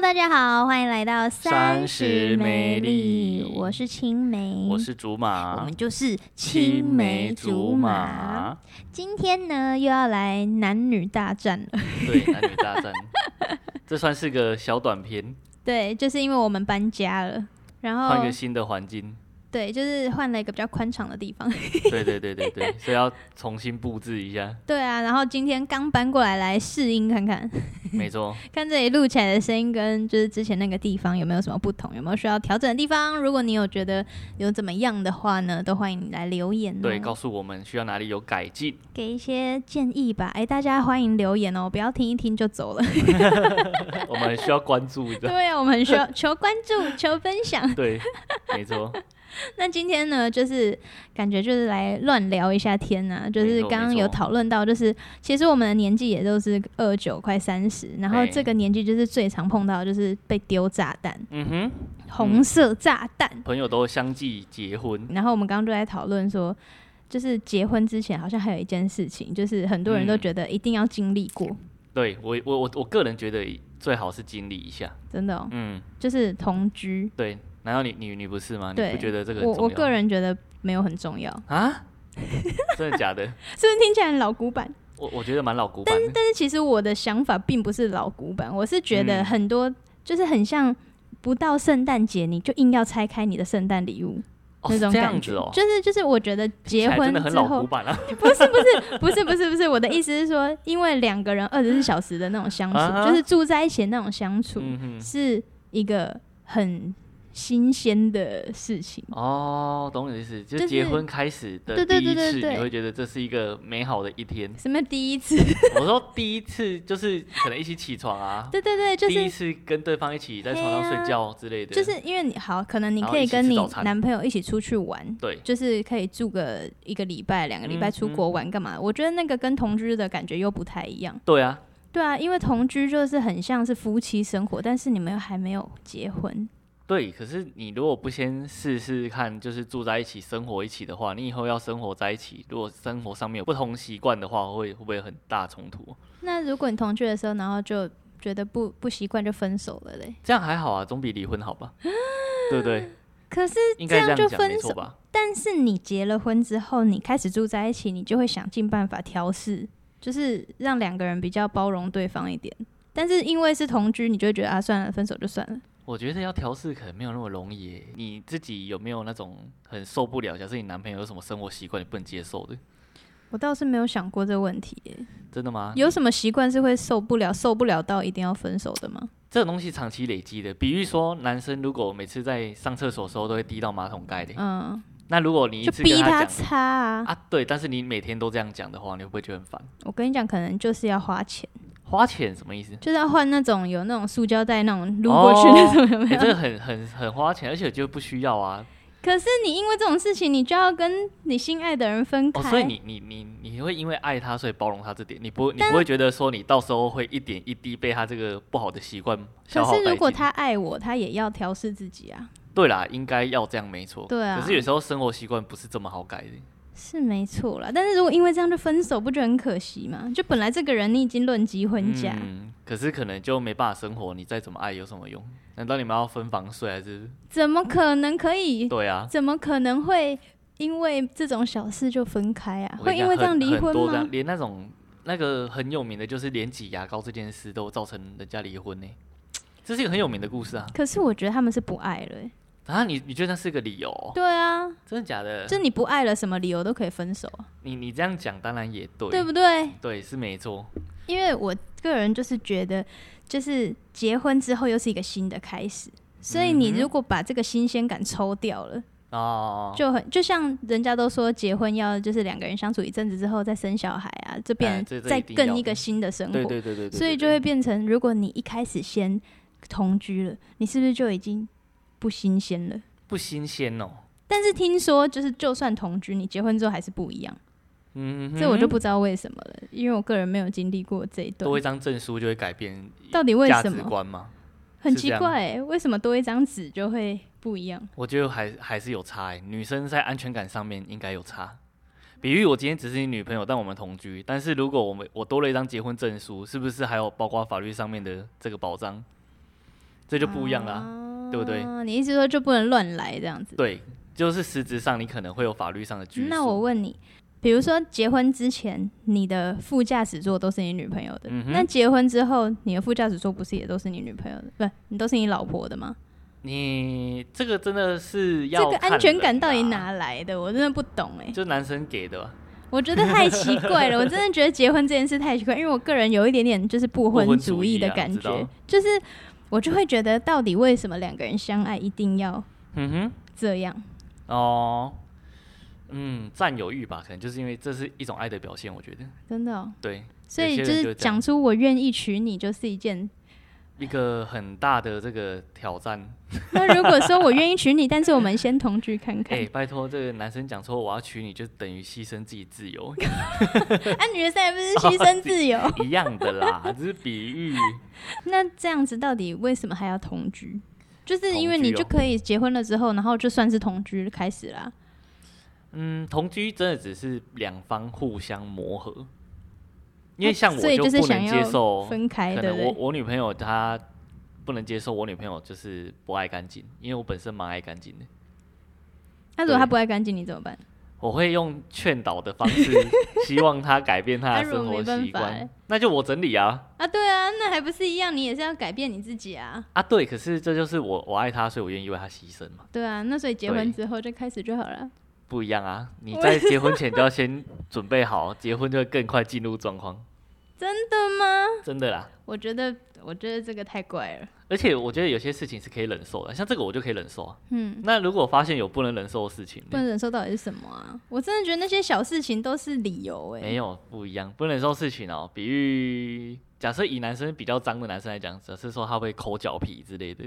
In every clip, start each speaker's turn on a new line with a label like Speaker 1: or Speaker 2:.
Speaker 1: 大家好，欢迎来到
Speaker 2: 三十
Speaker 1: 美
Speaker 2: 美丽
Speaker 1: 我是青梅，
Speaker 2: 我是啊竹
Speaker 1: 我
Speaker 2: 马
Speaker 1: 们，就是青梅竹马。。今天呢，又要来男女大战了。
Speaker 2: 对，男女大战，这算是个小短片，
Speaker 1: 对，就是因为我们搬家了，然
Speaker 2: 换
Speaker 1: 后
Speaker 2: 个新的环境。
Speaker 1: 对，就是换了一个比较宽敞的地方。
Speaker 2: 对对对对对，所以要重新布置一下。
Speaker 1: 对啊，然后今天刚搬过来，来试音看看，
Speaker 2: 没错，
Speaker 1: 看这里录起来的声音跟就是之前那个地方有没有什么不同，有没有需要调整的地方。如果你有觉得有怎么样的话呢，都欢迎你来留言、哦，
Speaker 2: 对，告诉我们需要哪里有改进。
Speaker 1: 给一些建议吧。哎，大家欢迎留言哦，不要听一听就走了。
Speaker 2: 我们需要关注的。
Speaker 1: 对啊，我们很需要求关注，求分享。
Speaker 2: 对，没错，
Speaker 1: 那今天呢，就是感觉就是来乱聊一下天呐、就是
Speaker 2: 没错
Speaker 1: 刚刚
Speaker 2: 没错
Speaker 1: 有讨论到，就是其实我们的年纪也都是二九快三十，然后
Speaker 2: 哎
Speaker 1: 这个年纪就是最常碰到的就是被丢炸弹，
Speaker 2: 嗯哼，
Speaker 1: 红色炸弹。
Speaker 2: 朋友都相继结婚，
Speaker 1: 然后我们刚刚就在讨论说。就是结婚之前，好像还有一件事情，就是很多人都
Speaker 2: 嗯
Speaker 1: 觉得一定要经历过，
Speaker 2: 对我我我我个人觉得最好是经历一下，
Speaker 1: 真的、哦，
Speaker 2: 嗯，
Speaker 1: 就是同居。
Speaker 2: 对，难道你你你不是吗？你
Speaker 1: 对
Speaker 2: 不觉得这个很
Speaker 1: 我
Speaker 2: 重要
Speaker 1: 我个人觉得没有很重要，
Speaker 2: 啊，真的假的？
Speaker 1: 是不是听起来很老古板？
Speaker 2: 我我觉得蛮老古板的。
Speaker 1: 但是其实我的想法并不是老古板，我是觉得
Speaker 2: 嗯
Speaker 1: 很多、就是很像不到圣诞节你就硬要拆开你的圣诞礼物。
Speaker 2: 哦
Speaker 1: 那
Speaker 2: 是
Speaker 1: 种
Speaker 2: 这
Speaker 1: 感
Speaker 2: 样
Speaker 1: 觉，
Speaker 2: 子哦，
Speaker 1: 就是就是，我觉得结
Speaker 2: 听起来
Speaker 1: 婚
Speaker 2: 真的很
Speaker 1: 之
Speaker 2: 老古
Speaker 1: 后，
Speaker 2: 板啊，
Speaker 1: 不是不是 不是不是不是，我的意思是说，因为两个人二十四小时的那种相处，
Speaker 2: 啊哈
Speaker 1: 就是住在一起的那种相处，
Speaker 2: 嗯哼，
Speaker 1: 是一个很新鲜的事情。
Speaker 2: 哦，懂你的意思，
Speaker 1: 就
Speaker 2: 就是结婚开始的
Speaker 1: 对对
Speaker 2: 第
Speaker 1: 对
Speaker 2: 一
Speaker 1: 对
Speaker 2: 次，
Speaker 1: 对。
Speaker 2: 你会觉得这是一个美好的一天
Speaker 1: 什么第一次？
Speaker 2: 我说第一次就是可能一起起床啊，
Speaker 1: 对对对，就
Speaker 2: 第
Speaker 1: 是
Speaker 2: 一次跟对方一起在床
Speaker 1: 嘿
Speaker 2: 上
Speaker 1: 啊
Speaker 2: 睡觉之类的，
Speaker 1: 就是因为你好，可能你
Speaker 2: 然后
Speaker 1: 可以
Speaker 2: 一起
Speaker 1: 跟
Speaker 2: 吃
Speaker 1: 你
Speaker 2: 早餐
Speaker 1: 男朋友一起出去玩，
Speaker 2: 对，
Speaker 1: 就是可以住个一个礼拜、两个礼拜
Speaker 2: 嗯
Speaker 1: 出国玩干嘛？我觉得那个跟同居的感觉又不太一样。
Speaker 2: 对啊，
Speaker 1: 对啊，因为同居就是很像是夫妻生活，但是你们又还没有结婚。
Speaker 2: 对。可是你如果不先试试看，就是住在一起、生活一起的话，你以后要生活在一起，如果生活上面有不同习惯的话，会会不会有很大冲突？
Speaker 1: 那如果你同居的时候，然后就觉得不不习惯就分手了嘞？
Speaker 2: 这样还好啊，总比离婚好吧？对不对？
Speaker 1: 可是，
Speaker 2: 应该
Speaker 1: 啊这样
Speaker 2: 这样
Speaker 1: 就
Speaker 2: 讲没
Speaker 1: 分
Speaker 2: 错
Speaker 1: 手
Speaker 2: 吧？
Speaker 1: 但是你结了婚之后，你开始住在一起，你就会想尽办法调试，就是让两个人比较包容对方一点。但是因为是同居，你就会觉得啊，算了，分手就算了。
Speaker 2: 我觉得要调试可能没有那么容易耶。你自己有没有那种很受不了？假设你男朋友有什么生活习惯你不能接受的，
Speaker 1: 我倒是没有想过这个问题耶，
Speaker 2: 真的吗？
Speaker 1: 有什么习惯是会受不了、受不了到一定要分手的吗？
Speaker 2: 这种东西长期累积的。比喻说，男生如果每次在上厕所的时候都会滴到马桶盖的，
Speaker 1: 嗯，
Speaker 2: 那如果你一
Speaker 1: 就
Speaker 2: 直
Speaker 1: 逼
Speaker 2: 跟
Speaker 1: 他
Speaker 2: 讲
Speaker 1: 擦啊！
Speaker 2: 啊，对，但是你每天都这样讲的话，你会不会觉得很烦？
Speaker 1: 我跟你讲，可能就是要花钱，
Speaker 2: 花钱什么意思？
Speaker 1: 就是要换那种有那种塑胶袋那种撸过去那种，有没
Speaker 2: 哎、
Speaker 1: 有？
Speaker 2: 这个很很很花钱，而且我觉得不需要啊。
Speaker 1: 可是你因为这种事情，你就要跟你心爱的人分开，
Speaker 2: 哦，所以你你你你会因为爱他，所以包容他这点，你不你不会觉得说你到时候会一点一滴被他这个不好的习惯消
Speaker 1: 可
Speaker 2: 耗殆
Speaker 1: 是
Speaker 2: 尽。
Speaker 1: 如果他爱我，他也要调试自己啊，
Speaker 2: 对啦，应该要这样没错。
Speaker 1: 对啊
Speaker 2: 哦可是有时候生活习惯不是这么好改的。
Speaker 1: 是没错啦。但是如果因为这样就分手，不觉得很可惜吗？就本来这个人你已经论及婚嫁，
Speaker 2: 嗯，可是可能就没办法生活，你再怎么爱有什么用？难道你们要分房睡还是？
Speaker 1: 怎么可能可以
Speaker 2: 对啊，
Speaker 1: 怎么可能会因为这种小事就分开啊？
Speaker 2: 我跟
Speaker 1: 会
Speaker 2: 你
Speaker 1: 因
Speaker 2: 讲
Speaker 1: 为这样
Speaker 2: 很
Speaker 1: 离
Speaker 2: 很
Speaker 1: 婚
Speaker 2: 多这
Speaker 1: 吗
Speaker 2: 样？连那种那个很有名的，就是连挤牙膏这件事都造成人家离婚呢、这是一个很有名的故事啊！
Speaker 1: 可是我觉得他们是不爱了欸、
Speaker 2: 啊，你你觉得那是个理由哦？
Speaker 1: 对啊，
Speaker 2: 真的假的？
Speaker 1: 就你不爱了，什么理由都可以分手啊，
Speaker 2: 你你这样讲当然也对，
Speaker 1: 对不对？
Speaker 2: 对是没错，
Speaker 1: 因为我个人就是觉得，就是结婚之后又是一个新的开始，所以你
Speaker 2: 嗯哼
Speaker 1: 如果把这个新鲜感抽掉了，
Speaker 2: 哦，
Speaker 1: 就很就像人家都说，结婚要就是两个人相处一阵子之后再生小孩啊，就变
Speaker 2: 哎
Speaker 1: 成
Speaker 2: 这这
Speaker 1: 再
Speaker 2: 一定
Speaker 1: 更
Speaker 2: 要
Speaker 1: 一个
Speaker 2: 的
Speaker 1: 新的生活
Speaker 2: 对。对对对对，
Speaker 1: 所以就
Speaker 2: 对
Speaker 1: 会变成，如果你一开始先同居了，你是不是就已经不新鲜了？
Speaker 2: 不新鲜哦，
Speaker 1: 但是听说，就是就算同居，你结婚之后还是不一样，
Speaker 2: 嗯哼，
Speaker 1: 这我就不知道为什么了，因为我个人没有经历过这一
Speaker 2: 多
Speaker 1: 段
Speaker 2: 一，张证书就会改变
Speaker 1: 到底为
Speaker 2: 价
Speaker 1: 什
Speaker 2: 值
Speaker 1: 么？
Speaker 2: 观吗？
Speaker 1: 很
Speaker 2: 是
Speaker 1: 奇
Speaker 2: 这样
Speaker 1: 怪、欸，为什么多一张纸就会不一样？
Speaker 2: 我觉得还还是有差、欸，女生在安全感上面应该有差。比喻我今天只是你女朋友，但我们同居，但是如果我们我多了一张结婚证书，是不是还有包括法律上面的这个保障？这就不一样啦、对不对
Speaker 1: 啊？你意思说就不能乱来这样子？
Speaker 2: 对，就是实质上你可能会有法律上的拘束。
Speaker 1: 那我问你，比如说结婚之前，你的副驾驶座都是你女朋友的，
Speaker 2: 嗯哼
Speaker 1: 那结婚之后，你的副驾驶座不是也都是你女朋友的？不，你都是你老婆的吗？
Speaker 2: 你这个真的是
Speaker 1: 这
Speaker 2: 要
Speaker 1: 个安全感到底
Speaker 2: 看人啊？
Speaker 1: 哪来的？我真的不懂哎、
Speaker 2: 就男生给的吧，
Speaker 1: 我觉得太奇怪 了，我真的觉得结婚这件事太奇怪，因为我个人有一点点就是不
Speaker 2: 不婚
Speaker 1: 婚
Speaker 2: 主
Speaker 1: 主
Speaker 2: 义
Speaker 1: 义的
Speaker 2: 啊
Speaker 1: 感
Speaker 2: 知
Speaker 1: 觉，
Speaker 2: 道
Speaker 1: 就是我就会觉得到底为什么两个人相爱一定要
Speaker 2: 嗯哼。
Speaker 1: 这样？
Speaker 2: 哦，嗯，占有欲吧，可能就是因为这是一种爱的表现，我觉得
Speaker 1: 真的哦、
Speaker 2: 对，
Speaker 1: 所
Speaker 2: 有
Speaker 1: 以
Speaker 2: 些
Speaker 1: 就
Speaker 2: 人就是这样
Speaker 1: 讲出我愿意娶你，就是一件。
Speaker 2: 一个很大的这个 挑战。
Speaker 1: 那如果说我愿意娶你，但是我们先同居看看
Speaker 2: 哎、，拜托，这个男生讲说我要娶你，就等于牺牲自己自由
Speaker 1: 啊，女生也不是牺牲自由。
Speaker 2: 一样的啦，只是比喻。
Speaker 1: 那这样子到底为什么还要同居？就是因为
Speaker 2: 同居
Speaker 1: 你
Speaker 2: 哦
Speaker 1: 就可以结婚了之后，然后就算是同居开始啦。
Speaker 2: 嗯，同居真的只是两方互相磨合，因为像我
Speaker 1: 所以就是
Speaker 2: 不
Speaker 1: 想
Speaker 2: 能接受
Speaker 1: 要，分开，
Speaker 2: 哦可
Speaker 1: 对不
Speaker 2: 能我
Speaker 1: 对？
Speaker 2: 我女朋友她不能接受我女朋友就是不爱干净，因为我本身蛮爱干净的。
Speaker 1: 那如果他不爱干净，你怎么办？
Speaker 2: 我会用劝导的方 式，希望他改变他的生活
Speaker 1: 他如果
Speaker 2: 习
Speaker 1: 没办法
Speaker 2: 惯
Speaker 1: 欸。
Speaker 2: 那就我整理啊
Speaker 1: 啊，对啊，那还不是一样？你也是要改变你自己啊。
Speaker 2: 啊，对，可是这就是我我爱他，所以我愿意为他牺牲嘛，
Speaker 1: 对啊，那所以结
Speaker 2: 对
Speaker 1: 婚之后就开始就好了。
Speaker 2: 不一样啊！你
Speaker 1: 我
Speaker 2: 在结婚前就要先准备好，结婚就会更快进入状况，
Speaker 1: 真的吗？
Speaker 2: 真的啦。
Speaker 1: 我觉得，我觉得这个太怪了。
Speaker 2: 而且我觉得有些事情是可以忍受的，像这个我就可以忍受啊。
Speaker 1: 嗯，
Speaker 2: 那如果发现有不能忍受的事情呢，
Speaker 1: 不能忍受到底是什么啊？我真的觉得那些小事情都是理由哎、
Speaker 2: 没有不一样，不能忍受事情哦。比喻，假设以男生比较脏的男生来讲，假设说他会抠脚皮之类的。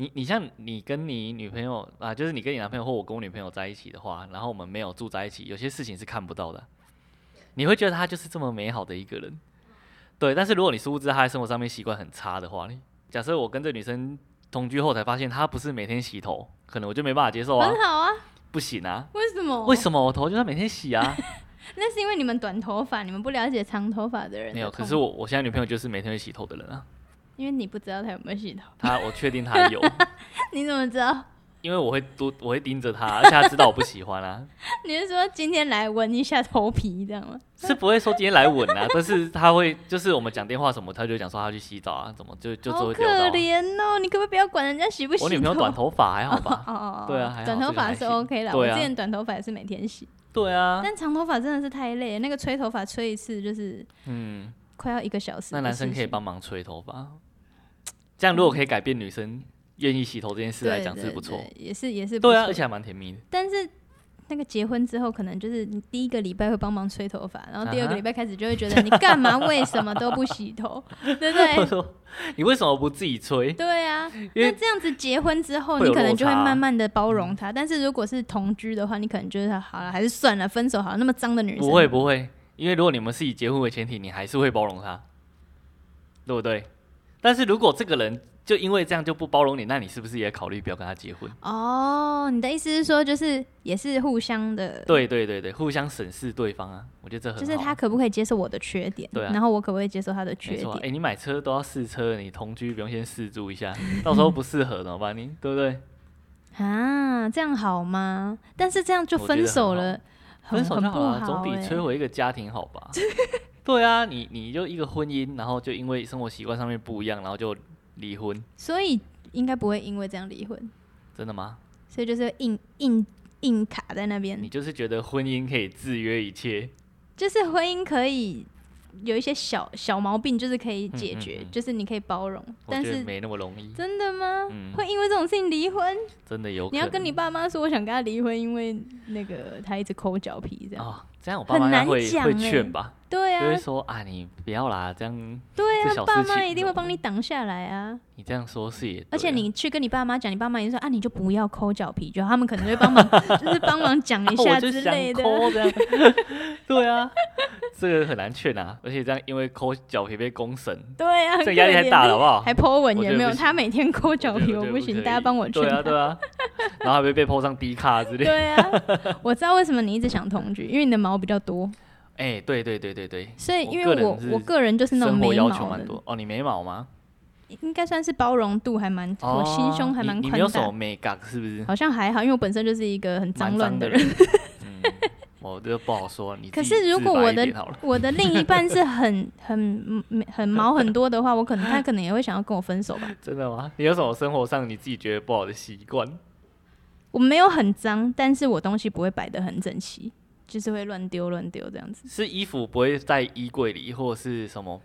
Speaker 2: 你你像你跟你女朋友啊，就是你跟你男朋友或我跟我女朋友在一起的话，然后我们没有住在一起，有些事情是看不到的。你会觉得他就是这么美好的一个人，对。但是如果你殊不知他在生活上面习惯很差的话，你假设我跟这女生同居后才发现她不是每天洗头，可能我就没办法接受啊，
Speaker 1: 很好啊，
Speaker 2: 不行啊。
Speaker 1: 为什么？
Speaker 2: 为什么我头就是每天洗啊？
Speaker 1: 那是因为你们短头发，你们不了解长头发的人的
Speaker 2: 没有，可
Speaker 1: 痛
Speaker 2: 是我我现在女朋友就是每天会洗头的人 啊。
Speaker 1: 因为你不知道他有没有洗头，
Speaker 2: 她我确定她有，
Speaker 1: 你怎么知道？
Speaker 2: 因为我会多我会盯着她，而且她知道我不喜欢啊，
Speaker 1: 你是说今天来闻一下头皮这样吗？
Speaker 2: 是不会说今天来吻啊，但是她会就是我们讲电话什么，她就会讲说她去洗澡啊，怎么就就只
Speaker 1: 好
Speaker 2: 会
Speaker 1: 可
Speaker 2: 聊到啊。
Speaker 1: 怜哦！你可不可以不要管人家洗不洗头？
Speaker 2: 我女朋友短头发还好
Speaker 1: 哦
Speaker 2: 吧？
Speaker 1: 哦哦，
Speaker 2: 对啊还好
Speaker 1: 短头发
Speaker 2: 这
Speaker 1: 是
Speaker 2: 个还行
Speaker 1: OK 啦。我
Speaker 2: 对啊
Speaker 1: 之前短头发也是每天洗，
Speaker 2: 对啊，
Speaker 1: 但长头发真的是太累了，那个吹头发吹一次就是
Speaker 2: 嗯，
Speaker 1: 快要一个小时。
Speaker 2: 那男生可以。帮忙吹头发，这样如果可以改变女生愿意洗头这件事来
Speaker 1: 对
Speaker 2: 讲是
Speaker 1: 对
Speaker 2: 不错
Speaker 1: 对，也是也是不
Speaker 2: 对啊，
Speaker 1: 错
Speaker 2: 而且还蛮甜蜜的。
Speaker 1: 但是那个结婚之后，可能就是你第一个礼拜会帮忙吹头发，然后第二
Speaker 2: 啊哈
Speaker 1: 个礼拜开始就会觉得你干嘛为什么都不洗头，对不
Speaker 2: 我
Speaker 1: 对？
Speaker 2: 说你为什么不自己吹？
Speaker 1: 对啊，
Speaker 2: 因为
Speaker 1: 那这样子结婚之后，
Speaker 2: 会有
Speaker 1: 你可能
Speaker 2: 落
Speaker 1: 就会
Speaker 2: 差嗯
Speaker 1: 慢慢的包容他。但是如果是同居的话，你可能就是好了，还是算了，分手好了。那么脏的女生，
Speaker 2: 不会不会，因为如果你们是以结婚为前提，你还是会包容他，对不对？但是如果这个人就因为这样就不包容你，那你是不是也考虑不要跟他结婚？
Speaker 1: 哦。你的意思是说，就是也是互相的，，
Speaker 2: 对对对对，互相审视对方啊，我觉得这很好。
Speaker 1: 就是他可不可以接受我的缺点，
Speaker 2: 对啊
Speaker 1: 然后我可不可以接受他的缺
Speaker 2: 没错
Speaker 1: 点
Speaker 2: 啊，？哎、你买车都要试车，你同居不用先试住一下，到时候不适合怎么办？你对不对？哎
Speaker 1: 啊，这样好吗？但是这样就
Speaker 2: 我觉得
Speaker 1: 分
Speaker 2: 很
Speaker 1: 手
Speaker 2: 好
Speaker 1: 了，很
Speaker 2: 分手就
Speaker 1: 很不
Speaker 2: 好了，总
Speaker 1: 好
Speaker 2: 比
Speaker 1: 欸
Speaker 2: 摧毁一个家庭好 吧？对啊，你你就一个婚姻，然后就因为生活习惯上面不一样，然后就离婚，
Speaker 1: 所以应该不会因为这样离婚，
Speaker 2: 真的吗？
Speaker 1: 所以就是硬硬硬卡在那
Speaker 2: 你
Speaker 1: 边，
Speaker 2: 就是觉得婚姻可以制约一切，
Speaker 1: 就是婚姻可以有一些小小毛病，就是可以解决，
Speaker 2: 嗯嗯嗯
Speaker 1: 就是你可以包容，
Speaker 2: 我
Speaker 1: 但
Speaker 2: 觉得
Speaker 1: 是
Speaker 2: 没那么容易，
Speaker 1: 真的吗？
Speaker 2: 嗯
Speaker 1: 会因为这种事情离婚？
Speaker 2: 真的有可
Speaker 1: 你
Speaker 2: 能。
Speaker 1: 要跟你爸妈说我想跟他离婚，因为那个他一直抠脚皮这
Speaker 2: 啊、
Speaker 1: 样。
Speaker 2: 这样我爸妈
Speaker 1: 很
Speaker 2: 应该
Speaker 1: 难
Speaker 2: 会
Speaker 1: 讲
Speaker 2: 会
Speaker 1: 欸
Speaker 2: 劝吧，
Speaker 1: 对
Speaker 2: 就会
Speaker 1: 啊，
Speaker 2: 说啊，你不要啦，这样
Speaker 1: 对
Speaker 2: 这
Speaker 1: 啊
Speaker 2: 小，
Speaker 1: 爸
Speaker 2: 事
Speaker 1: 妈
Speaker 2: 情
Speaker 1: 一定会
Speaker 2: 哦
Speaker 1: 帮你挡下来啊。
Speaker 2: 你这样说是也对啊，
Speaker 1: 而且你去跟你爸妈讲，你爸妈也说啊，你就不要抠脚皮就好，他们可能会帮忙， 就是帮忙讲
Speaker 2: 啊
Speaker 1: 一
Speaker 2: 我
Speaker 1: 下
Speaker 2: 就
Speaker 1: 之
Speaker 2: 想
Speaker 1: 类的。
Speaker 2: 抠这样，对啊，这个很难劝啊，而且这样因为抠脚皮被公审，
Speaker 1: 对啊，很
Speaker 2: 这压力
Speaker 1: 可
Speaker 2: 太
Speaker 1: 怜
Speaker 2: 大
Speaker 1: 但
Speaker 2: 了好不好？
Speaker 1: 还 Po 文
Speaker 2: 我觉
Speaker 1: 也
Speaker 2: 得
Speaker 1: 没有，
Speaker 2: 不行
Speaker 1: 他每天抠脚
Speaker 2: 我觉
Speaker 1: 皮，
Speaker 2: 得
Speaker 1: 我
Speaker 2: 觉得
Speaker 1: 不行，
Speaker 2: 可
Speaker 1: 大家
Speaker 2: 以
Speaker 1: 帮我劝
Speaker 2: 对啊
Speaker 1: 他。
Speaker 2: 对啊，然后还被被 PO 上低卡之类的，
Speaker 1: 对啊，我知道为什么你一直想同居，因为你的毛比较多，
Speaker 2: 哎，对对对对对，
Speaker 1: 所以因
Speaker 2: 我
Speaker 1: 为
Speaker 2: 个人
Speaker 1: 我
Speaker 2: 是
Speaker 1: 我个人就是那种
Speaker 2: 生活
Speaker 1: 没
Speaker 2: 要求
Speaker 1: 毛的
Speaker 2: 蛮，多哦，你眉毛吗？
Speaker 1: 应该算是包容度还蛮，我心胸还蛮
Speaker 2: 哦你你没
Speaker 1: 宽
Speaker 2: 有什么
Speaker 1: 大，
Speaker 2: 美感是不是？
Speaker 1: 好像还好，因为我本身就是一个很脏
Speaker 2: 蛮
Speaker 1: 乱
Speaker 2: 脏
Speaker 1: 的
Speaker 2: 的
Speaker 1: 人。
Speaker 2: 人。嗯，我这个不好说。你
Speaker 1: 可
Speaker 2: 自己
Speaker 1: 是如
Speaker 2: 自
Speaker 1: 果
Speaker 2: 白
Speaker 1: 我
Speaker 2: 一
Speaker 1: 的
Speaker 2: 点好了
Speaker 1: 我的另一半是很 很嗯很毛很多的话，我可能他可能也会想要跟我分手 吧。
Speaker 2: 真的吗？你有什么生活上你自己觉得不好的习惯？
Speaker 1: 我没有很脏，但是我东西不会摆得很整齐，就是会乱丢乱丢这样子。
Speaker 2: 是衣服不会在衣柜里，或者是什么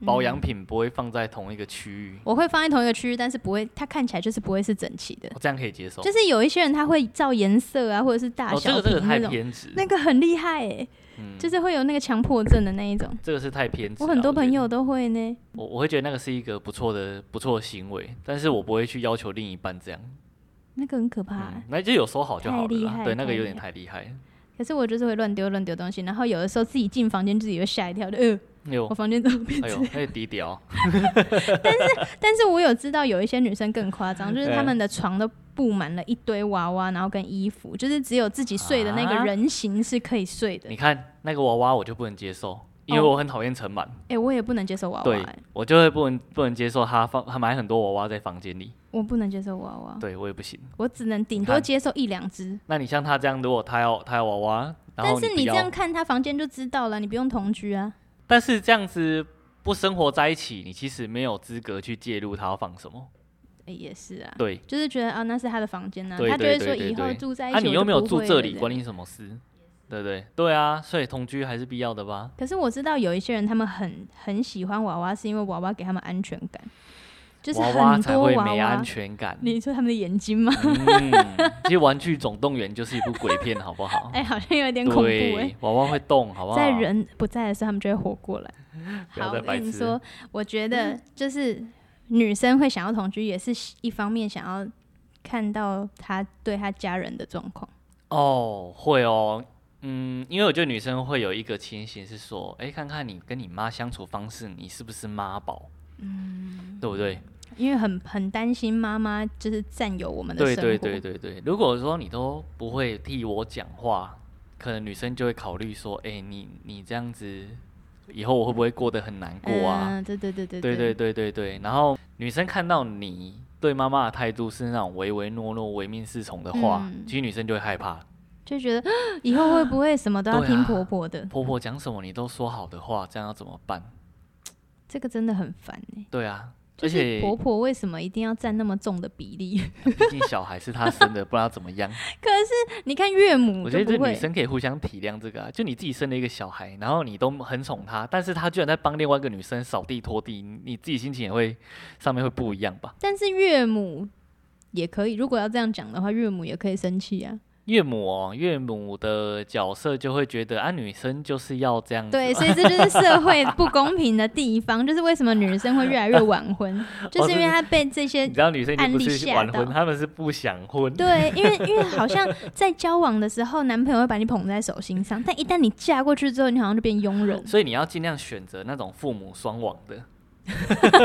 Speaker 1: 嗯
Speaker 2: 保养品不会放在同一个区域？
Speaker 1: 我会放在同一个区域，但是不会，它看起来就是不会是整齐的。
Speaker 2: 我这样可以接受。
Speaker 1: 就是有一些人他会照颜色啊，或者是大
Speaker 2: 哦，这
Speaker 1: 小
Speaker 2: 个这个
Speaker 1: 品
Speaker 2: 太
Speaker 1: 那种，
Speaker 2: 偏执，
Speaker 1: 那个很厉害哎、
Speaker 2: 嗯
Speaker 1: 就是会有那个强迫症的那一种。
Speaker 2: 这个是太偏执了。
Speaker 1: 我很多
Speaker 2: 觉得
Speaker 1: 朋友，都会呢，
Speaker 2: 我我会觉得那个是一个不错的不错的行为，但是我不会去要求另一半这样。
Speaker 1: 那个很可怕、欸
Speaker 2: 嗯，那就有收好就
Speaker 1: 啊太
Speaker 2: 好了
Speaker 1: 厉
Speaker 2: 啦。
Speaker 1: 害
Speaker 2: 对，那
Speaker 1: 太
Speaker 2: 个有
Speaker 1: 厉
Speaker 2: 点
Speaker 1: 害
Speaker 2: 太厉害了。
Speaker 1: 可是我就是会乱丢乱丢东西，然后有的时候自己进房间自己会吓一跳的，呃，
Speaker 2: 哎呦
Speaker 1: 我，房间怎么变
Speaker 2: 哎
Speaker 1: 成
Speaker 2: 呦，那低调。
Speaker 1: 但是我有知道有一些女生更夸张，就是她们
Speaker 2: 哎
Speaker 1: 的床都布满了一堆娃娃，然后跟衣服，就是只有自己睡的那个
Speaker 2: 啊
Speaker 1: 人形是可以睡的。
Speaker 2: 你看那个娃娃，我就不能接受，因为
Speaker 1: 哦
Speaker 2: 我很讨厌尘螨。
Speaker 1: 哎、我也不能接受娃娃、
Speaker 2: 对
Speaker 1: 欸，
Speaker 2: 我就会不能不能接受他放他买很多娃娃在房间里，
Speaker 1: 我不能接受娃娃，
Speaker 2: 对我也不行。
Speaker 1: 我只能顶
Speaker 2: 你
Speaker 1: 多
Speaker 2: 看
Speaker 1: 接受一两只。
Speaker 2: 那你像他这样，如果他要他要娃娃，然
Speaker 1: 但
Speaker 2: 后
Speaker 1: 是
Speaker 2: 不
Speaker 1: 你这
Speaker 2: 要，
Speaker 1: 样看她房间就知道了，你不用同居 啊。
Speaker 2: 但是这样子不生活在一起，你其实没有资格去介入他要放什么。
Speaker 1: 哎也是啊，
Speaker 2: 对，
Speaker 1: 就是觉得啊，那是她的房间啊，
Speaker 2: 对
Speaker 1: 她就
Speaker 2: 对
Speaker 1: 会
Speaker 2: 对
Speaker 1: 说
Speaker 2: 对
Speaker 1: 以后
Speaker 2: 对
Speaker 1: 住在一
Speaker 2: 啊，
Speaker 1: 起我就不会了。
Speaker 2: 你又没有住这里，
Speaker 1: 样
Speaker 2: 关你什么事？对不对？对啊，所以同居还是必要的吧？
Speaker 1: 可是我知道有一些人，他们很很喜欢娃娃，是因为娃娃给他们安全感，就是
Speaker 2: 娃娃
Speaker 1: 很
Speaker 2: 才
Speaker 1: 多
Speaker 2: 会
Speaker 1: 娃
Speaker 2: 没
Speaker 1: 娃
Speaker 2: 安。全感。
Speaker 1: 你说他们的眼睛吗？
Speaker 2: 嗯，其实《玩具总动员》就是一部鬼片，好 不好？
Speaker 1: 哎、好像有点恐怖哎、
Speaker 2: 对，娃娃会动，好不好？
Speaker 1: 在人不在的时候，他们就会活过来。
Speaker 2: 不要
Speaker 1: 好，
Speaker 2: 再
Speaker 1: 我
Speaker 2: 白
Speaker 1: 跟你
Speaker 2: 痴
Speaker 1: 说，我觉得就是女生会想要同居，也是一方面想要看到她对她家人的状况。
Speaker 2: 哦，会哦，嗯，因为我觉得女生会有一个情形是说，哎，看看你跟你妈相处方式，你是不是妈宝？嗯，对不对？
Speaker 1: 因为很很担心妈妈就是占有我们的
Speaker 2: 对
Speaker 1: 生活，
Speaker 2: 对对对对。如果说你都不会替我讲话，可能女生就会考虑说，哎，你你这样子，以后我会不会过得很难过啊？
Speaker 1: 嗯，对对对对
Speaker 2: 对对对对对。然后女生看到你对妈妈的态度是那种唯唯诺诺、唯命是从的话，
Speaker 1: 嗯
Speaker 2: 其实女生就会害怕。
Speaker 1: 就觉得啊以后会不会什么都要
Speaker 2: 对啊
Speaker 1: 听婆婆的？
Speaker 2: 婆婆讲什么你都说好的话，这样要怎么办？
Speaker 1: 这个真的很烦哎、
Speaker 2: 对啊，
Speaker 1: 就
Speaker 2: 而
Speaker 1: 是
Speaker 2: 且
Speaker 1: 婆婆为什么一定要占那么重的比例？
Speaker 2: 毕竟小孩是他生的，不知道怎么样。
Speaker 1: 可是你看岳母
Speaker 2: 我觉
Speaker 1: 就
Speaker 2: 得这
Speaker 1: 不
Speaker 2: 女
Speaker 1: 会，
Speaker 2: 生可以互相体谅这个啊，就你自己生了一个小孩，然后你都很宠他，但是他居然在帮另外一个女生扫地拖地，你你自己心情也会上面会不一样吧？
Speaker 1: 但是岳母也可以。如果要这样讲的话，岳母也可以生气啊。
Speaker 2: 岳母哦，岳母的角色就会觉得啊，女生就是要这样子。
Speaker 1: 对，所以这就是社会不公平的地方， 就是为什么女生会越来越晚婚，
Speaker 2: 哦
Speaker 1: 就是因为她被这些
Speaker 2: 你知道女生已经不
Speaker 1: 案例
Speaker 2: 是
Speaker 1: 吓
Speaker 2: 晚婚，
Speaker 1: 到
Speaker 2: 她们是不想婚。
Speaker 1: 对，因为因为好像在交往的时候，男朋友会把你捧在手心上，但一旦你嫁过去之后，你好像就变佣人，
Speaker 2: 所以你要尽量选择那种父母双亡的，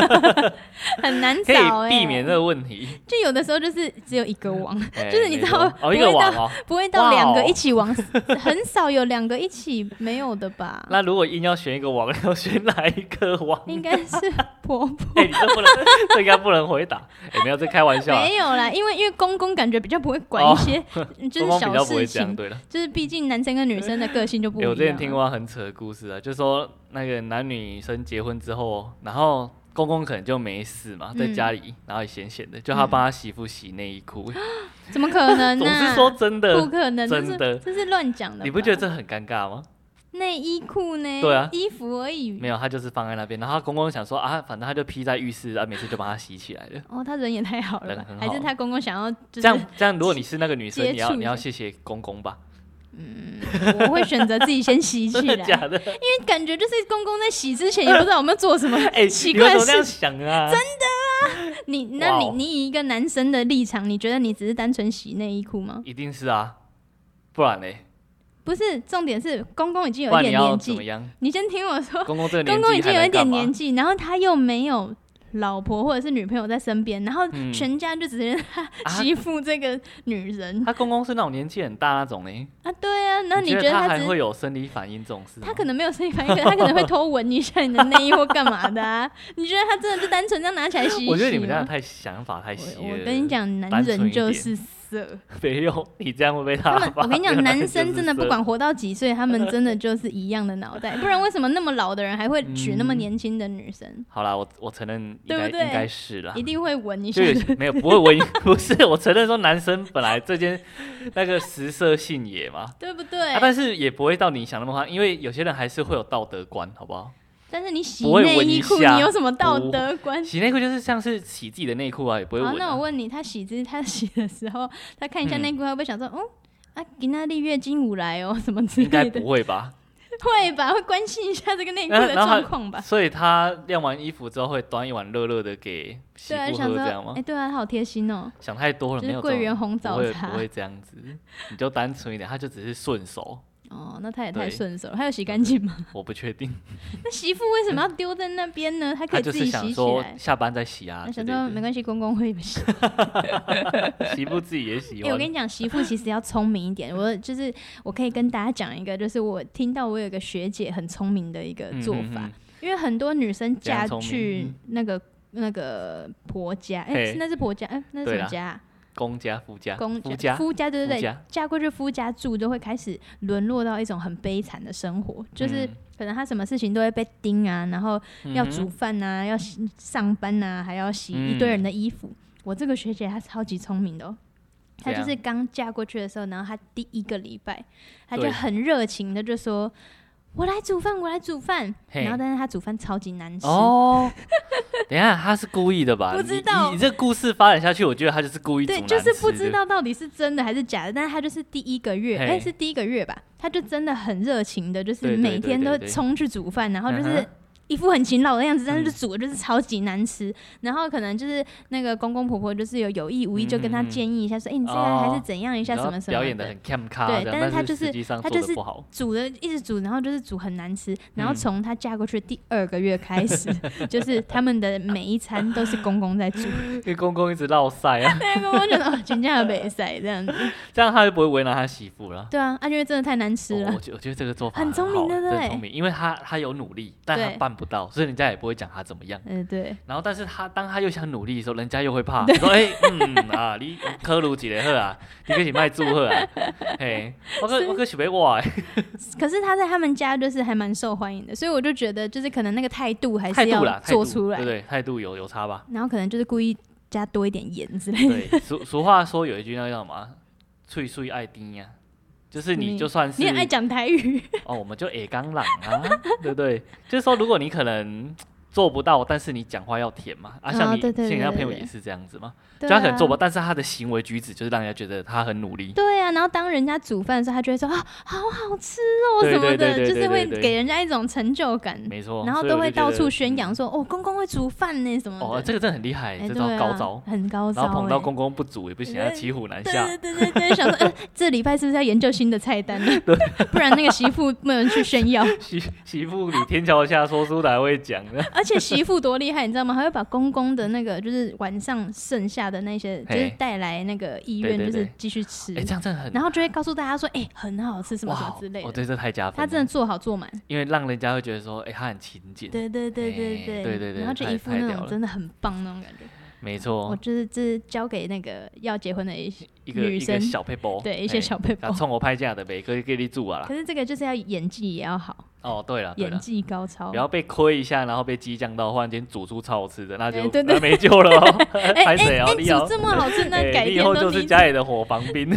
Speaker 1: 很难
Speaker 2: 可
Speaker 1: 找
Speaker 2: 以
Speaker 1: 哎、
Speaker 2: 避免这个问题。
Speaker 1: 就有的时候就是只有一个王，
Speaker 2: 哎
Speaker 1: 就是你
Speaker 2: 没
Speaker 1: 知道
Speaker 2: 错
Speaker 1: 不
Speaker 2: 哦，
Speaker 1: 会
Speaker 2: 一个
Speaker 1: 到
Speaker 2: 网哦，
Speaker 1: 不会到两
Speaker 2: 哇
Speaker 1: 个
Speaker 2: 哦
Speaker 1: 一起往，很少有两个一起没有的 吧？
Speaker 2: 那如果硬要选一个 王，要选哪一个王？
Speaker 1: 应该是婆 婆。
Speaker 2: 哎、你这不能，这应该不能回答。哎、没有，这开玩笑、啊。
Speaker 1: 没有啦，因为因为公公感觉比较不会管一 些，就是
Speaker 2: 双方哦比
Speaker 1: 小
Speaker 2: 较不
Speaker 1: 事
Speaker 2: 会这样，
Speaker 1: 情，
Speaker 2: 对了。
Speaker 1: 就是毕竟男生跟女生的个性就不一
Speaker 2: 哎
Speaker 1: 样啊。
Speaker 2: 我之前听过很扯的故事啊，就说那个男女生结婚之后，然后公公可能就没事嘛，在
Speaker 1: 嗯
Speaker 2: 家里，然后也闲闲的，就他帮他媳妇洗内衣裤。
Speaker 1: 怎么可能呢？
Speaker 2: 总是说真
Speaker 1: 啊不
Speaker 2: 的，
Speaker 1: 可能，这
Speaker 2: 真的
Speaker 1: 是这是乱讲的吧。
Speaker 2: 你不觉得这很尴尬吗？
Speaker 1: 内衣裤呢？
Speaker 2: 对啊
Speaker 1: 衣服而已。
Speaker 2: 没有，他就是放在那边，然后他公公想说啊，反正他就披在浴室，啊，每次就帮他洗起来了。
Speaker 1: 哦，他人也太好了吧
Speaker 2: 人很好
Speaker 1: 还是他公公想要就
Speaker 2: 这
Speaker 1: 是
Speaker 2: 样，这样，如果你是那个女生，
Speaker 1: 接
Speaker 2: 你要
Speaker 1: 触
Speaker 2: 你
Speaker 1: 一
Speaker 2: 要
Speaker 1: 下
Speaker 2: 谢谢公公吧？
Speaker 1: 我会选择自己先洗起
Speaker 2: 真
Speaker 1: 来，
Speaker 2: 的
Speaker 1: 因
Speaker 2: 假 的？
Speaker 1: 为感觉就是公公在洗之前也不知道我们做什么
Speaker 2: 哎、
Speaker 1: 奇
Speaker 2: 你为
Speaker 1: 怪的
Speaker 2: 什么这样
Speaker 1: 事。
Speaker 2: 想啊？
Speaker 1: 你那你
Speaker 2: 哇哦
Speaker 1: 你以一个男生的立场，你觉得你只是单纯洗内衣裤吗？
Speaker 2: 一定是啊，不然嘞，
Speaker 1: 不是，重点是公公已经有
Speaker 2: 不
Speaker 1: 一
Speaker 2: 然你
Speaker 1: 点
Speaker 2: 要
Speaker 1: 年
Speaker 2: 怎么
Speaker 1: 纪，
Speaker 2: 样？
Speaker 1: 你先听我说，
Speaker 2: 公公这个
Speaker 1: 公
Speaker 2: 年纪
Speaker 1: 公已经
Speaker 2: 还
Speaker 1: 有一
Speaker 2: 能干
Speaker 1: 点
Speaker 2: 嘛
Speaker 1: 年纪，然后他又没有老婆或者是女朋友在身边，然后
Speaker 2: 嗯啊
Speaker 1: 全家就只是 欺负这个女人啊
Speaker 2: 他公公是那种年纪很大那种嘞，
Speaker 1: 对啊， 那
Speaker 2: 你
Speaker 1: 觉
Speaker 2: 得
Speaker 1: 得
Speaker 2: 他
Speaker 1: 他
Speaker 2: 还
Speaker 1: 只
Speaker 2: 会
Speaker 1: 是
Speaker 2: 有生理反应这种事吗？
Speaker 1: 他可能没有生理反应，可是他可能会偷闻一下你的内衣或干嘛的啊？你觉得他真的是单纯这样拿起来洗一洗吗？
Speaker 2: 我觉得你们这样太想法太邪
Speaker 1: 啊我
Speaker 2: 了。
Speaker 1: 我跟你，讲，男
Speaker 2: 单纯
Speaker 1: 人
Speaker 2: 一点
Speaker 1: 就是色。
Speaker 2: 没有你这样会被他
Speaker 1: 他们，
Speaker 2: 发
Speaker 1: 我跟你
Speaker 2: 现
Speaker 1: 讲，男
Speaker 2: 就是
Speaker 1: 生真的不
Speaker 2: 色
Speaker 1: 管活到几岁，他们真的就是一样的脑袋，不然为什么那么老的人还会娶那么
Speaker 2: 嗯
Speaker 1: 年轻的女生？
Speaker 2: 好啦，我我承认应
Speaker 1: 对不
Speaker 2: 该
Speaker 1: 对
Speaker 2: 应该是啦
Speaker 1: 一。定会闻一下
Speaker 2: 就。有些没有不会文，不是我承 认说男生本来这件 那个食色性也嘛，
Speaker 1: 对不对？
Speaker 2: 啊，但是也不会到你想那么坏，因为有些人还是会有道德观，好不好？
Speaker 1: 但是你洗
Speaker 2: 不会
Speaker 1: 内
Speaker 2: 闻
Speaker 1: 衣
Speaker 2: 一
Speaker 1: 裤，
Speaker 2: 下
Speaker 1: 你有什么道德观？
Speaker 2: 洗内裤就是像是洗自己的内裤啊，也 不会
Speaker 1: 好，
Speaker 2: 闻、
Speaker 1: 那
Speaker 2: 啊
Speaker 1: 我。问你，他洗之他洗的时候，他看一下
Speaker 2: 嗯
Speaker 1: 内裤，他会不会想说，哦，啊，给那里月经舞来哦，什么之
Speaker 2: 应该
Speaker 1: 类的？
Speaker 2: 不会吧？
Speaker 1: 会吧，会关心一下这个内裤
Speaker 2: 然后
Speaker 1: 的
Speaker 2: 然后
Speaker 1: 状
Speaker 2: 他
Speaker 1: 况 吧。
Speaker 2: 所以他晾完衣服之后会端一碗热热的给媳
Speaker 1: 对啊，
Speaker 2: 妇
Speaker 1: 就想
Speaker 2: 喝，
Speaker 1: 说，
Speaker 2: 这样吗
Speaker 1: 哎、？对啊，他好贴心哦，
Speaker 2: 想太多了，
Speaker 1: 就
Speaker 2: 没
Speaker 1: 是
Speaker 2: 有这
Speaker 1: 桂
Speaker 2: 种
Speaker 1: 圆红
Speaker 2: 不
Speaker 1: 枣
Speaker 2: 会
Speaker 1: 茶
Speaker 2: 不。会这样子，你就单纯一点，他就只是 顺手，
Speaker 1: 哦，那他也太
Speaker 2: 对
Speaker 1: 顺手了，他有洗干净吗？
Speaker 2: 我不确定，
Speaker 1: 那媳妇为什么要丢在那边 呢？她可
Speaker 2: 他
Speaker 1: 以
Speaker 2: 就
Speaker 1: 自
Speaker 2: 是
Speaker 1: 己
Speaker 2: 想
Speaker 1: 洗起
Speaker 2: 说
Speaker 1: 来。
Speaker 2: 下班再洗啊
Speaker 1: 那
Speaker 2: 之
Speaker 1: 想
Speaker 2: 类
Speaker 1: 说没
Speaker 2: 的，
Speaker 1: 关系，公公会洗。
Speaker 2: 媳妇自己也喜
Speaker 1: 哎、我
Speaker 2: 欢
Speaker 1: 跟，你讲，媳妇其实要聪明一点。我就是我可以跟大家讲一个，就是我听到我有一个学姐很聪明的一个
Speaker 2: 嗯
Speaker 1: 做
Speaker 2: 嗯
Speaker 1: 法，
Speaker 2: 嗯
Speaker 1: 因为很多女生
Speaker 2: 怎样
Speaker 1: 嫁
Speaker 2: 聪明
Speaker 1: 去
Speaker 2: 嗯
Speaker 1: 那个。那个婆家，哎、
Speaker 2: 嘿
Speaker 1: 是那是婆家，哎、那是
Speaker 2: 对
Speaker 1: 什么
Speaker 2: 啦
Speaker 1: 家啊？
Speaker 2: 公家夫家
Speaker 1: 公
Speaker 2: 夫家
Speaker 1: 夫家，对对对
Speaker 2: 夫家，
Speaker 1: 嫁过去夫家住，就会开始沦落到一种很悲惨的生活，就是
Speaker 2: 嗯
Speaker 1: 可能她什么事情都会被盯啊，然后要
Speaker 2: 嗯哼
Speaker 1: 煮饭呐、要洗上班呐、还要洗一堆人的衣服。我这个学姐她超级聪明的哦，她
Speaker 2: 嗯怎
Speaker 1: 就
Speaker 2: 样
Speaker 1: 是刚嫁过去的时候，然后她第一个礼拜，她就
Speaker 2: 对
Speaker 1: 很热情的就说：“我来煮饭，我来煮饭。”
Speaker 2: 嘿
Speaker 1: 然后但是她煮饭超级难吃，
Speaker 2: 哦，等一下他是故意的吧？
Speaker 1: 不
Speaker 2: 你
Speaker 1: 知道
Speaker 2: 你你这故事发展下去，我觉得他就是故意
Speaker 1: 对，
Speaker 2: 阻
Speaker 1: 就
Speaker 2: 拦
Speaker 1: 是不
Speaker 2: 吃
Speaker 1: 知道到底是真的还是假的，但是她就是第一个月，
Speaker 2: 嘿
Speaker 1: 哎、是第一个月吧，她就真的很热情的，就
Speaker 2: 对
Speaker 1: 是
Speaker 2: 对
Speaker 1: 每天
Speaker 2: 对
Speaker 1: 都
Speaker 2: 对对
Speaker 1: 冲去煮饭，然后就
Speaker 2: 嗯
Speaker 1: 是
Speaker 2: 哼
Speaker 1: 一副很勤劳的样子，但是
Speaker 2: 嗯
Speaker 1: 就煮的就是超级难吃。然后可能就是那个公公婆婆就是有有意无意就跟她
Speaker 2: 嗯嗯嗯
Speaker 1: 建议一下说，哎、你这个还是怎样一下
Speaker 2: 哦然
Speaker 1: 什
Speaker 2: 后
Speaker 1: 么什么
Speaker 2: 表演的
Speaker 1: 的
Speaker 2: 很 cam 卡，
Speaker 1: 对
Speaker 2: 这样
Speaker 1: 但是
Speaker 2: 但
Speaker 1: 他就是
Speaker 2: 实际上
Speaker 1: 他
Speaker 2: 做
Speaker 1: 就
Speaker 2: 的
Speaker 1: 是
Speaker 2: 不好，
Speaker 1: 煮的一直煮，然后就是煮很难吃，然后
Speaker 2: 嗯
Speaker 1: 从她嫁过去的第二个月开始， 就是他们的每一餐都是公公在煮，
Speaker 2: 因为公公一直绕赛啊，
Speaker 1: 那公公觉得哦，全家有北塞这样子，
Speaker 2: 这样他就不会为难他媳妇了。
Speaker 1: 对啊，啊因为真的太难吃
Speaker 2: 哦
Speaker 1: 了
Speaker 2: 我，觉我觉得这个做法
Speaker 1: 很聪明
Speaker 2: 好
Speaker 1: 对不
Speaker 2: 真的
Speaker 1: 对
Speaker 2: 聪明，因为他他有努力，但他
Speaker 1: 对
Speaker 2: 办不到，所以人家也不会讲他怎么样。
Speaker 1: 嗯，对，
Speaker 2: 然后，但是他当他又想努力的时候，人家又会怕，说：“哎、嗯啊，你科鲁几个贺啊，你跟你卖祝贺啊， 嘿，我跟我跟许梅哇，
Speaker 1: 可是他在他们家就是还蛮受欢迎的，所以我就觉得就是可能那个态度还
Speaker 2: 态
Speaker 1: 是
Speaker 2: 度啦
Speaker 1: 要，
Speaker 2: 态
Speaker 1: 做
Speaker 2: 度
Speaker 1: 出来，
Speaker 2: 对不对？态度有有差 吧？
Speaker 1: 然后可能就是故意加多一点盐之类的。
Speaker 2: 对，俗俗话说有一句那叫什么“脆碎爱丁呀”，就是
Speaker 1: 什么意
Speaker 2: 你
Speaker 1: 思
Speaker 2: 就算
Speaker 1: 嗯
Speaker 2: 是
Speaker 1: 你很爱讲台 语，
Speaker 2: 哦，我们就也刚朗啊， 对不对？就是说，如果你可能做不到，但是你讲话要甜嘛，啊，
Speaker 1: 啊
Speaker 2: 像你
Speaker 1: 对对
Speaker 2: 像你那
Speaker 1: 对对
Speaker 2: 朋友
Speaker 1: 对
Speaker 2: 也是这样子嘛，
Speaker 1: 对
Speaker 2: 就他可能做不
Speaker 1: 啊
Speaker 2: 到，但是他的行为举止就是让人家觉得他很努力。
Speaker 1: 对啊，然后当人家煮饭的时候，他就会说啊，好好吃哦
Speaker 2: 对
Speaker 1: 什么
Speaker 2: 对对
Speaker 1: 的，
Speaker 2: 对
Speaker 1: 就是
Speaker 2: 对
Speaker 1: 会
Speaker 2: 对对
Speaker 1: 给人家一种成就感，
Speaker 2: 没错，
Speaker 1: 然后
Speaker 2: 所以
Speaker 1: 都
Speaker 2: 我
Speaker 1: 会
Speaker 2: 就觉
Speaker 1: 到
Speaker 2: 得
Speaker 1: 处宣
Speaker 2: 嗯
Speaker 1: 扬说哦，公公会煮饭呢什么
Speaker 2: 哦，
Speaker 1: 的。
Speaker 2: 这个真的很厉害，
Speaker 1: 哎，对
Speaker 2: 这招
Speaker 1: 啊
Speaker 2: 高招。
Speaker 1: 很高招
Speaker 2: 然
Speaker 1: 哎，
Speaker 2: 后碰到公公不足也不行，
Speaker 1: 对
Speaker 2: 要骑虎难下。
Speaker 1: 对对对对对，想说，呃，这礼拜是不是要研究新的菜 单呢？ 不然那个媳妇没有人去炫耀。
Speaker 2: 媳媳妇，你天桥下说书的还会讲呢。
Speaker 1: 而且媳妇多厉害，你知道吗？还会把公公的那个，就是晚上剩下的那些，就是
Speaker 2: 嘿
Speaker 1: 带来那个医院，
Speaker 2: 对
Speaker 1: 就
Speaker 2: 对
Speaker 1: 是
Speaker 2: 对
Speaker 1: 继续吃
Speaker 2: 哎，，这样真的很
Speaker 1: 然后就会告诉大家说，哎，很好吃，什么什
Speaker 2: 哇
Speaker 1: 么之类
Speaker 2: 哦，
Speaker 1: 的。
Speaker 2: 对，这太加分了。
Speaker 1: 他真的做好做满，
Speaker 2: 因为让人家会觉得说，哎，他很勤俭。
Speaker 1: 对对对对
Speaker 2: 哎对对对
Speaker 1: 然后就
Speaker 2: 太
Speaker 1: 一副
Speaker 2: 太
Speaker 1: 那
Speaker 2: 屌
Speaker 1: 种
Speaker 2: 了哦
Speaker 1: 真的很棒那种感觉。
Speaker 2: 没
Speaker 1: 我
Speaker 2: 错，
Speaker 1: 就是这是交给那个要结婚的一些
Speaker 2: 一个
Speaker 1: 女
Speaker 2: 一
Speaker 1: 生
Speaker 2: 个小配包，
Speaker 1: 对一些
Speaker 2: 哎
Speaker 1: 小配
Speaker 2: 啊，
Speaker 1: 包，
Speaker 2: 冲我拍价的呗，可以给你住啊啦
Speaker 1: 可。是这个就是要演技也要好，
Speaker 2: 哦，对了对
Speaker 1: 演
Speaker 2: 了，
Speaker 1: 技高超
Speaker 2: 不。要被亏一下，然后被激将到，忽然间煮出超好吃的，那
Speaker 1: 哎
Speaker 2: 就
Speaker 1: 对对
Speaker 2: 那没救了哦。
Speaker 1: 哎哎
Speaker 2: 拍谁
Speaker 1: 哎，
Speaker 2: 啊
Speaker 1: 煮
Speaker 2: 你要
Speaker 1: 这么好吃，那
Speaker 2: 哎
Speaker 1: 改
Speaker 2: 你以
Speaker 1: 天
Speaker 2: 后
Speaker 1: 都
Speaker 2: 就是
Speaker 1: 你
Speaker 2: 家里的 伙房兵。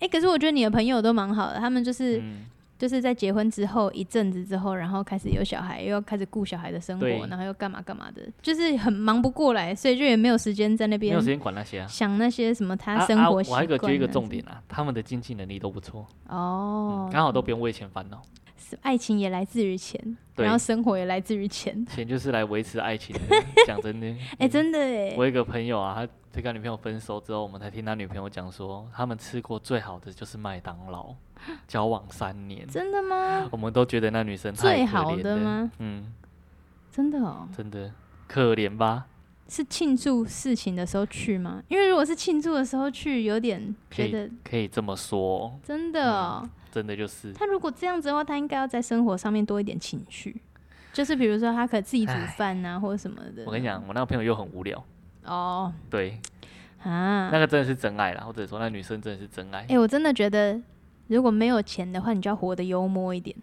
Speaker 1: 哎，可是我觉得你的朋友都蛮好的，他们就是
Speaker 2: 嗯
Speaker 1: 就是在结婚之后一阵子之后，然后开始有小孩，又要开始顾小孩的生活
Speaker 2: 对，
Speaker 1: 然后又干嘛干嘛的，就是很忙不过来，所以就也没有时间在那
Speaker 2: 没有
Speaker 1: 边
Speaker 2: 时间管那些啊。
Speaker 1: 想那些什么他
Speaker 2: 啊
Speaker 1: 生
Speaker 2: 啊
Speaker 1: 活习
Speaker 2: 我还
Speaker 1: 惯、
Speaker 2: 有一个接一个重点啊，他们的经济能力都不错，
Speaker 1: 哦
Speaker 2: 嗯，刚好都不用为钱烦恼，
Speaker 1: 是爱情也来自于钱，
Speaker 2: 对
Speaker 1: 然后生活也来自于钱。
Speaker 2: 钱就是来维持爱情的。 讲真的，
Speaker 1: 哎、真的哎
Speaker 2: 嗯我，有一个朋友啊，他他跟女朋友分手之后，我们才听他女朋友讲说，他们吃过最好的就是麦当劳，交往三年，
Speaker 1: 真的吗？
Speaker 2: 我们都觉得那女生太
Speaker 1: 最
Speaker 2: 可
Speaker 1: 好
Speaker 2: 怜
Speaker 1: 的
Speaker 2: 了
Speaker 1: 吗？
Speaker 2: 嗯，
Speaker 1: 真的哦，
Speaker 2: 真的，可怜吧？
Speaker 1: 是庆祝事情的时候去吗？因为如果是庆祝的时候去，有点
Speaker 2: 可
Speaker 1: 觉
Speaker 2: 以
Speaker 1: 得
Speaker 2: 可以这么说哦、
Speaker 1: 真的哦、
Speaker 2: 真的就是
Speaker 1: 他如果这样子的话，他应该要在生活上面多一点情趣，就是比如说他可以自己煮饭呐、或者什么的。
Speaker 2: 我跟你讲，我那个朋友又很无聊，
Speaker 1: 哦
Speaker 2: 对，
Speaker 1: 啊，
Speaker 2: 那个真的是真爱啦，或者说那女生真的是真爱
Speaker 1: 哎、。我真的觉得如果没有钱的话，你就要活得幽默一点。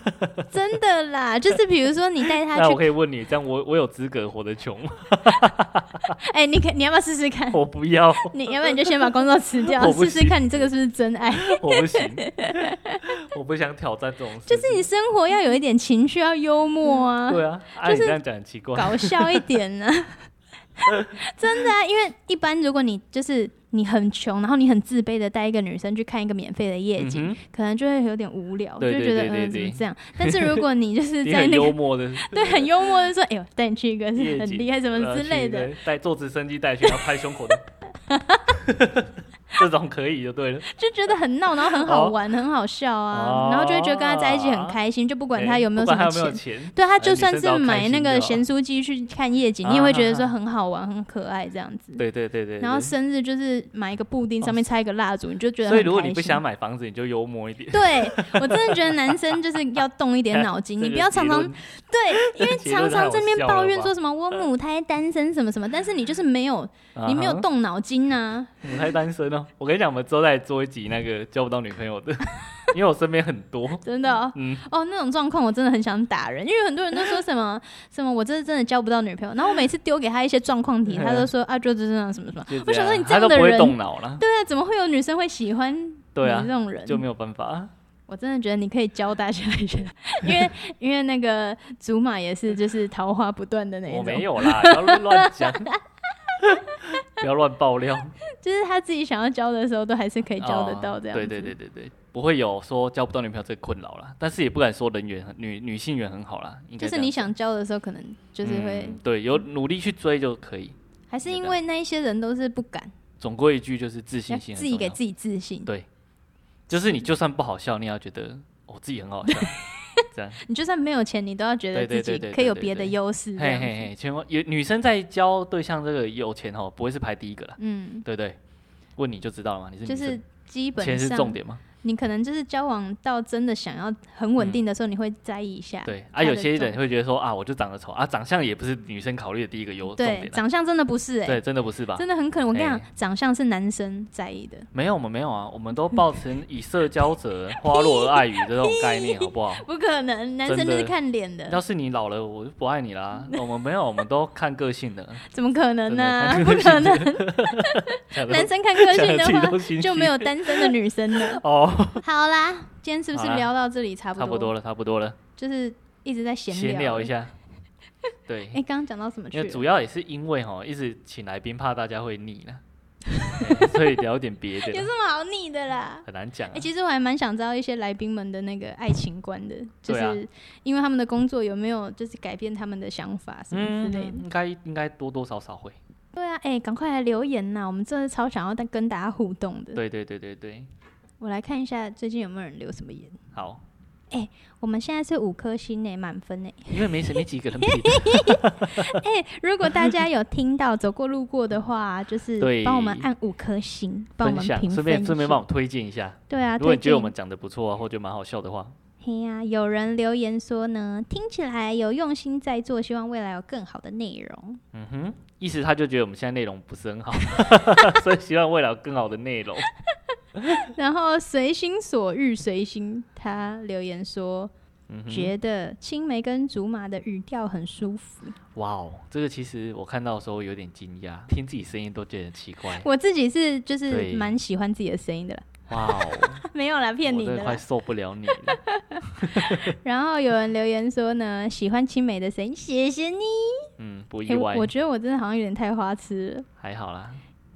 Speaker 1: 真的啦，就是比如说你带他
Speaker 2: 那我
Speaker 1: 去，
Speaker 2: 可以问你，这样我我有资格活得穷吗？
Speaker 1: 哎、你可你要不要试试看？
Speaker 2: 我不要，
Speaker 1: 你要不然你就先把工作辞 掉，
Speaker 2: 我不
Speaker 1: 试
Speaker 2: 行
Speaker 1: 试看你这个是不是真爱。
Speaker 2: 我 不行，我不想挑战这种事
Speaker 1: 就
Speaker 2: 情。
Speaker 1: 是你生活要有一点情绪，要幽默啊，
Speaker 2: 对啊，按、
Speaker 1: 就是
Speaker 2: 你这样讲很奇怪。
Speaker 1: 搞笑一点呢、 真的啊，因为一般如果你就是你很穷，然后你很自卑的带一个女生去看一个免费的夜
Speaker 2: 嗯
Speaker 1: 景，
Speaker 2: 哼，
Speaker 1: 可能就会有点无聊，
Speaker 2: 对对
Speaker 1: 就觉
Speaker 2: 对
Speaker 1: 得
Speaker 2: 对
Speaker 1: 嗯怎么
Speaker 2: 对
Speaker 1: 这样。但是如果你就 是
Speaker 2: 你
Speaker 1: 在
Speaker 2: 很
Speaker 1: 那
Speaker 2: 幽
Speaker 1: 个
Speaker 2: 默的，
Speaker 1: 对很幽默的说，哎呦，带你去一个
Speaker 2: 夜
Speaker 1: 是很
Speaker 2: 景
Speaker 1: 厉害什么
Speaker 2: 对啊
Speaker 1: 之类，的，
Speaker 2: 去对带坐直升机带去，然后拍胸口的，这种可以就对了。
Speaker 1: 就觉得很闹，然后很
Speaker 2: 哦
Speaker 1: 好玩，很好笑啊，然后就会觉得跟他在一起很开心，就不管他
Speaker 2: 哎
Speaker 1: 有没有
Speaker 2: 哦不
Speaker 1: 什
Speaker 2: 管
Speaker 1: 么
Speaker 2: 他有没有
Speaker 1: 钱。
Speaker 2: 钱，
Speaker 1: 对他
Speaker 2: 哎
Speaker 1: 就
Speaker 2: 女
Speaker 1: 算
Speaker 2: 生
Speaker 1: 是
Speaker 2: 只要开
Speaker 1: 买那
Speaker 2: 心
Speaker 1: 个
Speaker 2: 就好
Speaker 1: 咸酥鸡去看夜景，你也会觉得说
Speaker 2: 啊
Speaker 1: 很好玩、很可爱这样子。
Speaker 2: 对对对对，
Speaker 1: 然后
Speaker 2: 对
Speaker 1: 生日就是买一个布丁，
Speaker 2: 哦
Speaker 1: 上面插一个蜡烛，你就觉得
Speaker 2: 所以
Speaker 1: 很
Speaker 2: 如果
Speaker 1: 开
Speaker 2: 你不
Speaker 1: 心
Speaker 2: 想，买房子，你就幽默一 点。
Speaker 1: 对我真的觉得男生就是要动一点脑筋，
Speaker 2: 这
Speaker 1: 你
Speaker 2: 个
Speaker 1: 不要
Speaker 2: 结
Speaker 1: 常常
Speaker 2: 论
Speaker 1: 对，因为
Speaker 2: 结
Speaker 1: 常
Speaker 2: 论太
Speaker 1: 常
Speaker 2: 好
Speaker 1: 这边
Speaker 2: 笑
Speaker 1: 抱
Speaker 2: 了
Speaker 1: 怨
Speaker 2: 吧
Speaker 1: 说什么我母胎单身什么什么，但是你就是没有你没有
Speaker 2: 啊哈
Speaker 1: 动脑筋啊，
Speaker 2: 母胎单身哦。我跟你讲，我们之后再做一集那个交不到女朋友的， 因为我身边很多。
Speaker 1: 真的哦
Speaker 2: 嗯，
Speaker 1: 哦那种状况我真的很想打人，因为很多人都说什么什么我这真的交不到女朋友，然后我每次丢给他一些状况题，他都说啊就是这样什么什么，
Speaker 2: 嗯就
Speaker 1: 我想说你这
Speaker 2: 他
Speaker 1: 样
Speaker 2: 都
Speaker 1: 的
Speaker 2: 不会
Speaker 1: 人
Speaker 2: 动脑了，
Speaker 1: 对啊，怎么会有女生会喜欢
Speaker 2: 对啊
Speaker 1: 你这种人？
Speaker 2: 就没有办法。
Speaker 1: 我真的觉得你可以教大家一下， 因为因为那个竹马也是就是桃花不断的那一
Speaker 2: 我没
Speaker 1: 种，
Speaker 2: 有啦，不要乱 讲，不要乱爆料，
Speaker 1: 就是他自己想要教的时候都还是可以教得到这样、
Speaker 2: 啊哦对对对，对对，不会有说交不到女朋友这个困扰啦，但是也不敢说人缘很女女性缘很好啦，应该
Speaker 1: 就是
Speaker 2: 这样
Speaker 1: 你
Speaker 2: 讲
Speaker 1: 想教的时候可能就是会，
Speaker 2: 嗯对有努力去追就可以。
Speaker 1: 还是因为那一些人都是不敢，
Speaker 2: 总归一句就是自
Speaker 1: 要
Speaker 2: 信心很
Speaker 1: 自己
Speaker 2: 重
Speaker 1: 给
Speaker 2: 要
Speaker 1: 自己自信，
Speaker 2: 对，就是你就算不好笑，你也要觉得我、哦自己 很好笑，这样。
Speaker 1: 你就算没有钱，你都要觉得自
Speaker 2: 对对
Speaker 1: 己
Speaker 2: 对对对
Speaker 1: 可以有别的优势这
Speaker 2: 嘿
Speaker 1: 样子，
Speaker 2: 嘿嘿，千万有女生在交对象这个有钱哦，不会是排第一个啦，
Speaker 1: 嗯，
Speaker 2: 对不对？问你就知道了嘛，你是
Speaker 1: 就
Speaker 2: 女
Speaker 1: 是
Speaker 2: 生。
Speaker 1: 基本
Speaker 2: 钱是重
Speaker 1: 上
Speaker 2: 点吗？
Speaker 1: 你可能就是交往到真的想要很稳定的时候，你会在意一下，
Speaker 2: 对
Speaker 1: 它
Speaker 2: 啊，
Speaker 1: 的
Speaker 2: 有些
Speaker 1: 重
Speaker 2: 人会觉得说啊，我就长得丑啊，长相也不是女生考虑的第一个优重
Speaker 1: 对
Speaker 2: 点，啊。
Speaker 1: 长相真的不是哎、
Speaker 2: 对，真的不是吧？
Speaker 1: 真的很可能，我跟你讲
Speaker 2: 哎，
Speaker 1: 长相是男生在意的，
Speaker 2: 没有，我们没有啊，我们都抱持以社交者花落而爱语这种概念，好不 好？
Speaker 1: 不可能，男生就是看脸
Speaker 2: 哎要
Speaker 1: 的，
Speaker 2: 是你老了，我就不爱你啦。我们没有，我们都看个性的。
Speaker 1: 怎么可能呢、
Speaker 2: 真
Speaker 1: 不
Speaker 2: 的
Speaker 1: 可
Speaker 2: 看
Speaker 1: 能，
Speaker 2: 讲 得
Speaker 1: 男生看个性的
Speaker 2: 讲得自己 都
Speaker 1: 话
Speaker 2: 心虚。
Speaker 1: 就没有啊单身的女生了
Speaker 2: 哦，
Speaker 1: 好啦，今天是不是
Speaker 2: 好啦
Speaker 1: 聊到这里差不
Speaker 2: 差不多
Speaker 1: 了，
Speaker 2: 了，差不多了，
Speaker 1: 就是一直在闲
Speaker 2: 闲聊一。下。对
Speaker 1: 哎，，刚刚讲到什么去
Speaker 2: 因为
Speaker 1: 了？
Speaker 2: 主要也是因为哈，一直请来宾怕大家会 腻了，对所以聊点
Speaker 1: 有
Speaker 2: 别的
Speaker 1: 什
Speaker 2: 啦，
Speaker 1: 么好腻的啦？
Speaker 2: 很难讲啊
Speaker 1: 哎，。其实我还蛮想知道一些来宾们的那个爱情观的，就
Speaker 2: 对啊
Speaker 1: 是因为他们的工作有没有就是改变他们的想法什么
Speaker 2: 嗯，
Speaker 1: 之类的。
Speaker 2: 应该应该多多少少会。
Speaker 1: 对啊，哎，赶快来留言呐！我们真的超想要跟大家互动的。
Speaker 2: 对对对对对，
Speaker 1: 我来看一下最近有没有人留什么言。
Speaker 2: 好，
Speaker 1: 我们现在是五颗星呢，满分呢。
Speaker 2: 因为没谁没几个 人评，
Speaker 1: 哎、如果大家有听到走过路过的话，就是
Speaker 2: 对
Speaker 1: 帮我们按五颗星，帮我
Speaker 2: 分
Speaker 1: 们
Speaker 2: 享，
Speaker 1: 评
Speaker 2: 顺
Speaker 1: 分
Speaker 2: 便
Speaker 1: 一
Speaker 2: 顺便
Speaker 1: 下
Speaker 2: 帮我们推荐一下。
Speaker 1: 对啊，
Speaker 2: 如果
Speaker 1: 推
Speaker 2: 你觉得
Speaker 1: 荐
Speaker 2: 我们讲的不错啊，或者蛮好笑的话，
Speaker 1: 嘿呀、有人留言说呢，听起来有用心在做，希望未来有更好的内容。
Speaker 2: 嗯哼，意思他就觉得我们现在内容不是很好， 所以希望未来有更好的内容。
Speaker 1: 然后随心所欲随心，他留言说、
Speaker 2: 嗯哼，
Speaker 1: 觉得青梅跟竹马的语调很舒服。
Speaker 2: 哇哦，这个其实我看到的时候有点惊讶，听自己声音都觉得很奇怪。
Speaker 1: 我自己是就是
Speaker 2: 对
Speaker 1: 蛮喜欢自己的声音的啦，
Speaker 2: 哇哦，
Speaker 1: 没有啦， 骗你
Speaker 2: 我
Speaker 1: 的
Speaker 2: 真快
Speaker 1: 啦。
Speaker 2: 受不了你了。
Speaker 1: 然后有人留言说呢，喜欢青梅的声音，谢谢你。
Speaker 2: 嗯，不意
Speaker 1: 欸
Speaker 2: 外
Speaker 1: 我，觉得我真的好像有点太花痴了。
Speaker 2: 还好啦。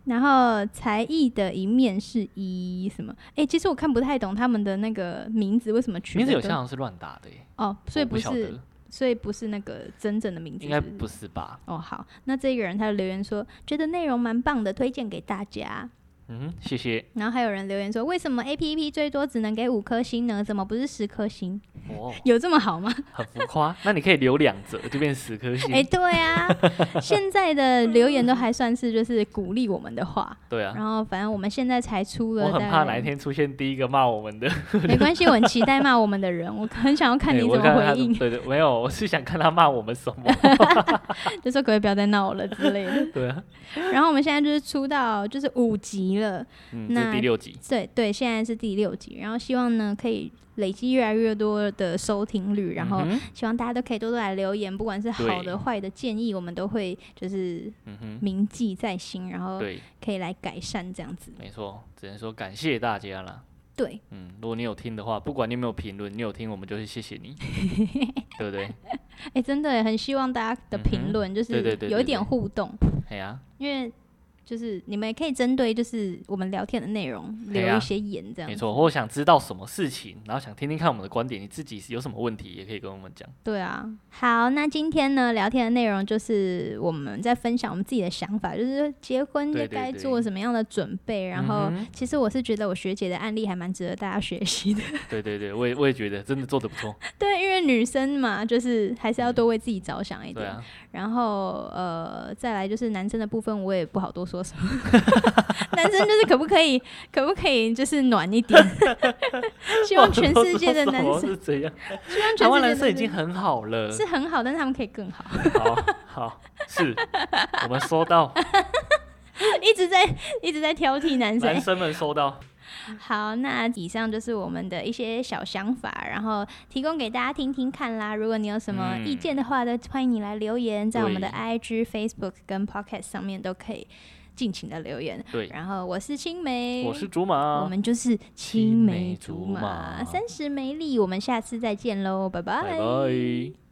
Speaker 1: 然后才艺的一面是一什么？哎、其实我看不太懂他们的那个名字为什么取
Speaker 2: 名字
Speaker 1: 得
Speaker 2: 有
Speaker 1: 都
Speaker 2: 些好像是乱打的耶，
Speaker 1: 哦，所以
Speaker 2: 我不晓
Speaker 1: 是
Speaker 2: 得，
Speaker 1: 所以不是那个真正的名字，
Speaker 2: 应该
Speaker 1: 是不是
Speaker 2: 不是吧？
Speaker 1: 哦。好，那这个人他的留言说，觉得内容蛮棒的，推荐给大家。
Speaker 2: 嗯哼，谢谢。
Speaker 1: 然后还有人留言说，为什么 A P P 最多只能给五颗星呢？怎么不是十颗星？
Speaker 2: 哦，
Speaker 1: 有这么好吗？
Speaker 2: 很浮夸。那你可以留两折，就变十颗星。
Speaker 1: 哎、对啊，现在的留言都还算是就是鼓励我们的话。
Speaker 2: 对啊，
Speaker 1: 然后反正我们现在才出了，
Speaker 2: 我很
Speaker 1: 大概
Speaker 2: 怕哪一天出现第一个骂我们的。
Speaker 1: 没关系，我很期待骂我们的人，我很想要看
Speaker 2: 对
Speaker 1: 你
Speaker 2: 我
Speaker 1: 怎么
Speaker 2: 他
Speaker 1: 回应，
Speaker 2: 对对，没有，我是想看他骂我们 什么。
Speaker 1: 就说可不可以不要再闹了之类的。
Speaker 2: 对啊，
Speaker 1: 然后我们现在就是出到就是五集了，
Speaker 2: 嗯，这是
Speaker 1: 那
Speaker 2: 第六集。
Speaker 1: 对对，现在是第六集，然后希望呢可以累积越来越多的收听率，然后
Speaker 2: 嗯哼
Speaker 1: 希望大家都可以多多来留言，不管是好
Speaker 2: 对
Speaker 1: 的坏的建议，我们都会就是
Speaker 2: 嗯哼，
Speaker 1: 铭记在心，然后
Speaker 2: 对，
Speaker 1: 可以来改善这样子。
Speaker 2: 没错，只能说感谢大家啦。
Speaker 1: 对，
Speaker 2: 嗯，如果你有听的话，不管你有没有评论，你有听，我们就是谢谢 你，对不对？
Speaker 1: 哎、真的耶很希望大家的
Speaker 2: 嗯
Speaker 1: 评
Speaker 2: 哼
Speaker 1: 论就
Speaker 2: 对对
Speaker 1: 是
Speaker 2: 对
Speaker 1: 有一
Speaker 2: 对
Speaker 1: 点
Speaker 2: 对
Speaker 1: 互动，
Speaker 2: 哎呀，
Speaker 1: 因为就是你们也可以针对就是我们聊天的内容
Speaker 2: 对
Speaker 1: 留
Speaker 2: 啊
Speaker 1: 一些言这样
Speaker 2: 没
Speaker 1: 子。
Speaker 2: 错，或想知道什么事情，然后想听听看我们的观点，你自己有什么问题也可以跟我们讲。
Speaker 1: 对啊，好，那今天呢聊天的内容就是我们在分享我们自己的想法，就是结婚
Speaker 2: 对
Speaker 1: 就
Speaker 2: 对
Speaker 1: 该
Speaker 2: 对
Speaker 1: 做什么样的准备，然后。
Speaker 2: 嗯
Speaker 1: 其实我是觉得我学姐的案例还蛮值得大家学习的，
Speaker 2: 哼对对对，我也我也觉得真的做的不错，
Speaker 1: 对，因为女生嘛，就是还是要
Speaker 2: 嗯
Speaker 1: 多为自己着想一
Speaker 2: 对
Speaker 1: 点。
Speaker 2: 啊，
Speaker 1: 然后呃，再来就是男生的部分，我也不好多说什么。 男生就是可不可以， 可不可以就是暖一点？ 希望全世界 的男
Speaker 2: 我
Speaker 1: 生，
Speaker 2: 是怎样？
Speaker 1: 希望全世界
Speaker 2: 台
Speaker 1: 的
Speaker 2: 湾男生已经很好了，
Speaker 1: 是很好，但是他们可以更好，
Speaker 2: 好好是，我们收 到，
Speaker 1: 一直在一直在挑剔男
Speaker 2: 男
Speaker 1: 生。
Speaker 2: 生们收到，
Speaker 1: 好，那以上就是我们的一些小想法，然后提供给大家听听看啦。如果你有什么
Speaker 2: 嗯
Speaker 1: 意见的话呢，欢迎你来留言，在我们的
Speaker 2: 对
Speaker 1: IG、Facebook 跟 Pocket 上面都可以尽情的留言。
Speaker 2: 对，
Speaker 1: 然后我是青梅，
Speaker 2: 我是竹马，
Speaker 1: 我们就是青梅竹马，
Speaker 2: 青梅竹马
Speaker 1: 三十没力，我们下次再见喽，拜拜。
Speaker 2: 拜拜。